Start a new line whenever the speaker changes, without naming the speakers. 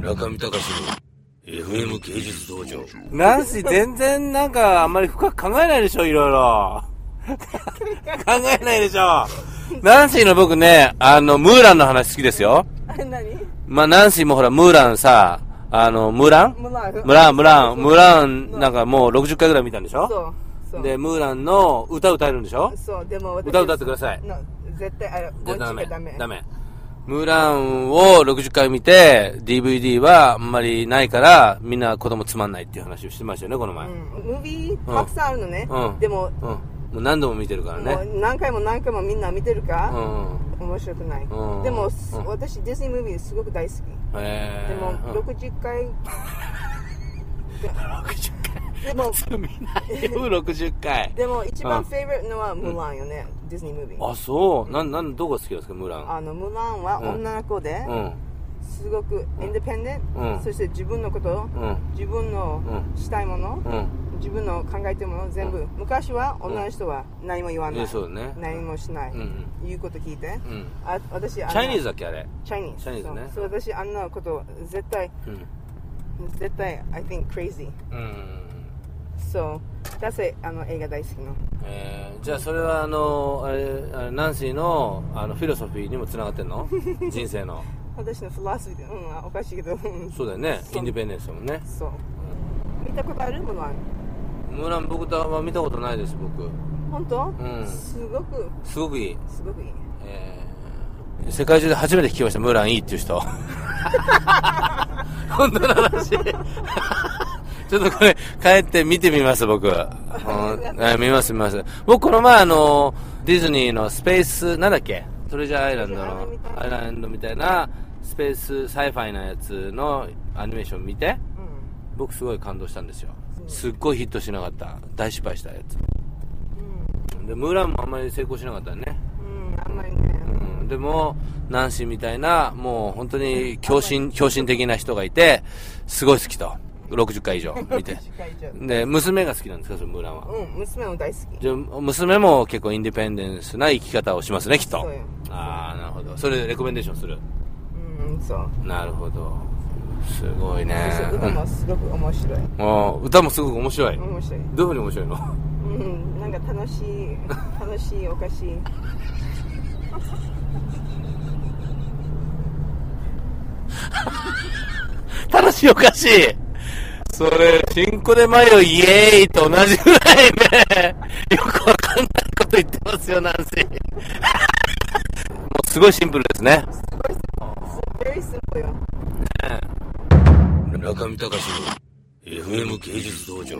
中見隆の FM 芸術道場。
ナンシー全然なんかあんまり深く考えないでしょ、いろいろ。考えないでしょ。ナンシーの僕ね、あの、ムーランの話好きですよ。
あれ何
まあ、ナンシーもほら、ムーランさ、あの、ムーラン
ムラン
ムラン、ムラン、ムラン、なんかもう60回ぐらい見たんでし
そ
ょ
うそう
で、ムーランの歌歌えるんでしょ
そうでも私
歌歌ってください
な絶対あれ
じゃダメ
ダメ
ダメムーランを60回見て DVD はあんまりないからみんな子供つまんないっていう話をしてましたよねこの
う
前、
ん
うん
ムービーたくさんあるのね、
うん
でも、
もう何度も見てるから
も
ね
う何回も何回もみんな見てる
う
か
んうん
ら、面白くない、
うん
でも、
うん
私ディズニームービーすごく大好き、
え
でも
ー、
60回でも
うん見ない よ60回
でも一
うん
番フェイブリットのはムーランよね、ディズニームービー
あそうなんなんどこが好きなんですかムーラン
あのムーランは
うん
女の子で、
うん
すごくインディペンデント、
うん
そして自分のこと、
うん
自分のしたいもの、
うん
自分の考えてるもの全部、昔は女の人は何も言わない、
ねそうだね
何もしない、
うんうん
言うこと聞いて、
うん
あ私あの
チャイニーズだっけあれ
チャイニーズ
チャイニーズね
そうそう私あんなこと絶対
うん
絶対 I think crazy
うん
so that's it あの映画大好きの
えーじゃあそれはあのあれあれナンシーのあのフィロソフィーにもつながってん の人生の
私のフラスフィーうんおかしいけどうん
そうだよね
そう
インディペンデンスだもんね
そう見たことあるものは
ムーラン僕とは見たことないです僕
本当、
うん
すごく
すごくいい、
すごくいい
えー世界中で初めて聞きましたムーランいいっていう人 本当の話 ちょっとこれ帰って見てみます僕、うんはい見ます見ます僕この前あのディズニーのスペースなんだっけトレジャーアイランドのアイランドみたいなスペースサイファイなやつのアニメーション見て
う
僕すごい感動したんですよすっごいヒットしなかった大失敗したやつでムーランもあんまり成功しなかったね、
んうんあんまりね
うん、でもナンシーみたいなもう本当に狂心狂心的な人がいてすごい好きと60回以上見 て
近いじゃん
で娘が好きなんですかそのムーランは
うん娘も大好き
じゃあ娘も結構インディペンデンスな生き方をしますねきっと
そうよ
ああなるほどそれでレコメンデーションする
うんそう
なるほどすごいね
そして歌もすごく面白い
うんあー歌もすごく面白い
面白い
どういうふうに面白いの
うんなんか楽しい楽しい おかしい
楽しいおかしいそれ、新コでマヨイエーイと同じぐらいね、よくわかんないこと言ってますよ、ナンシー。もうすごいシンプルですね。
very simple よ
中見隆の FM 芸術道場。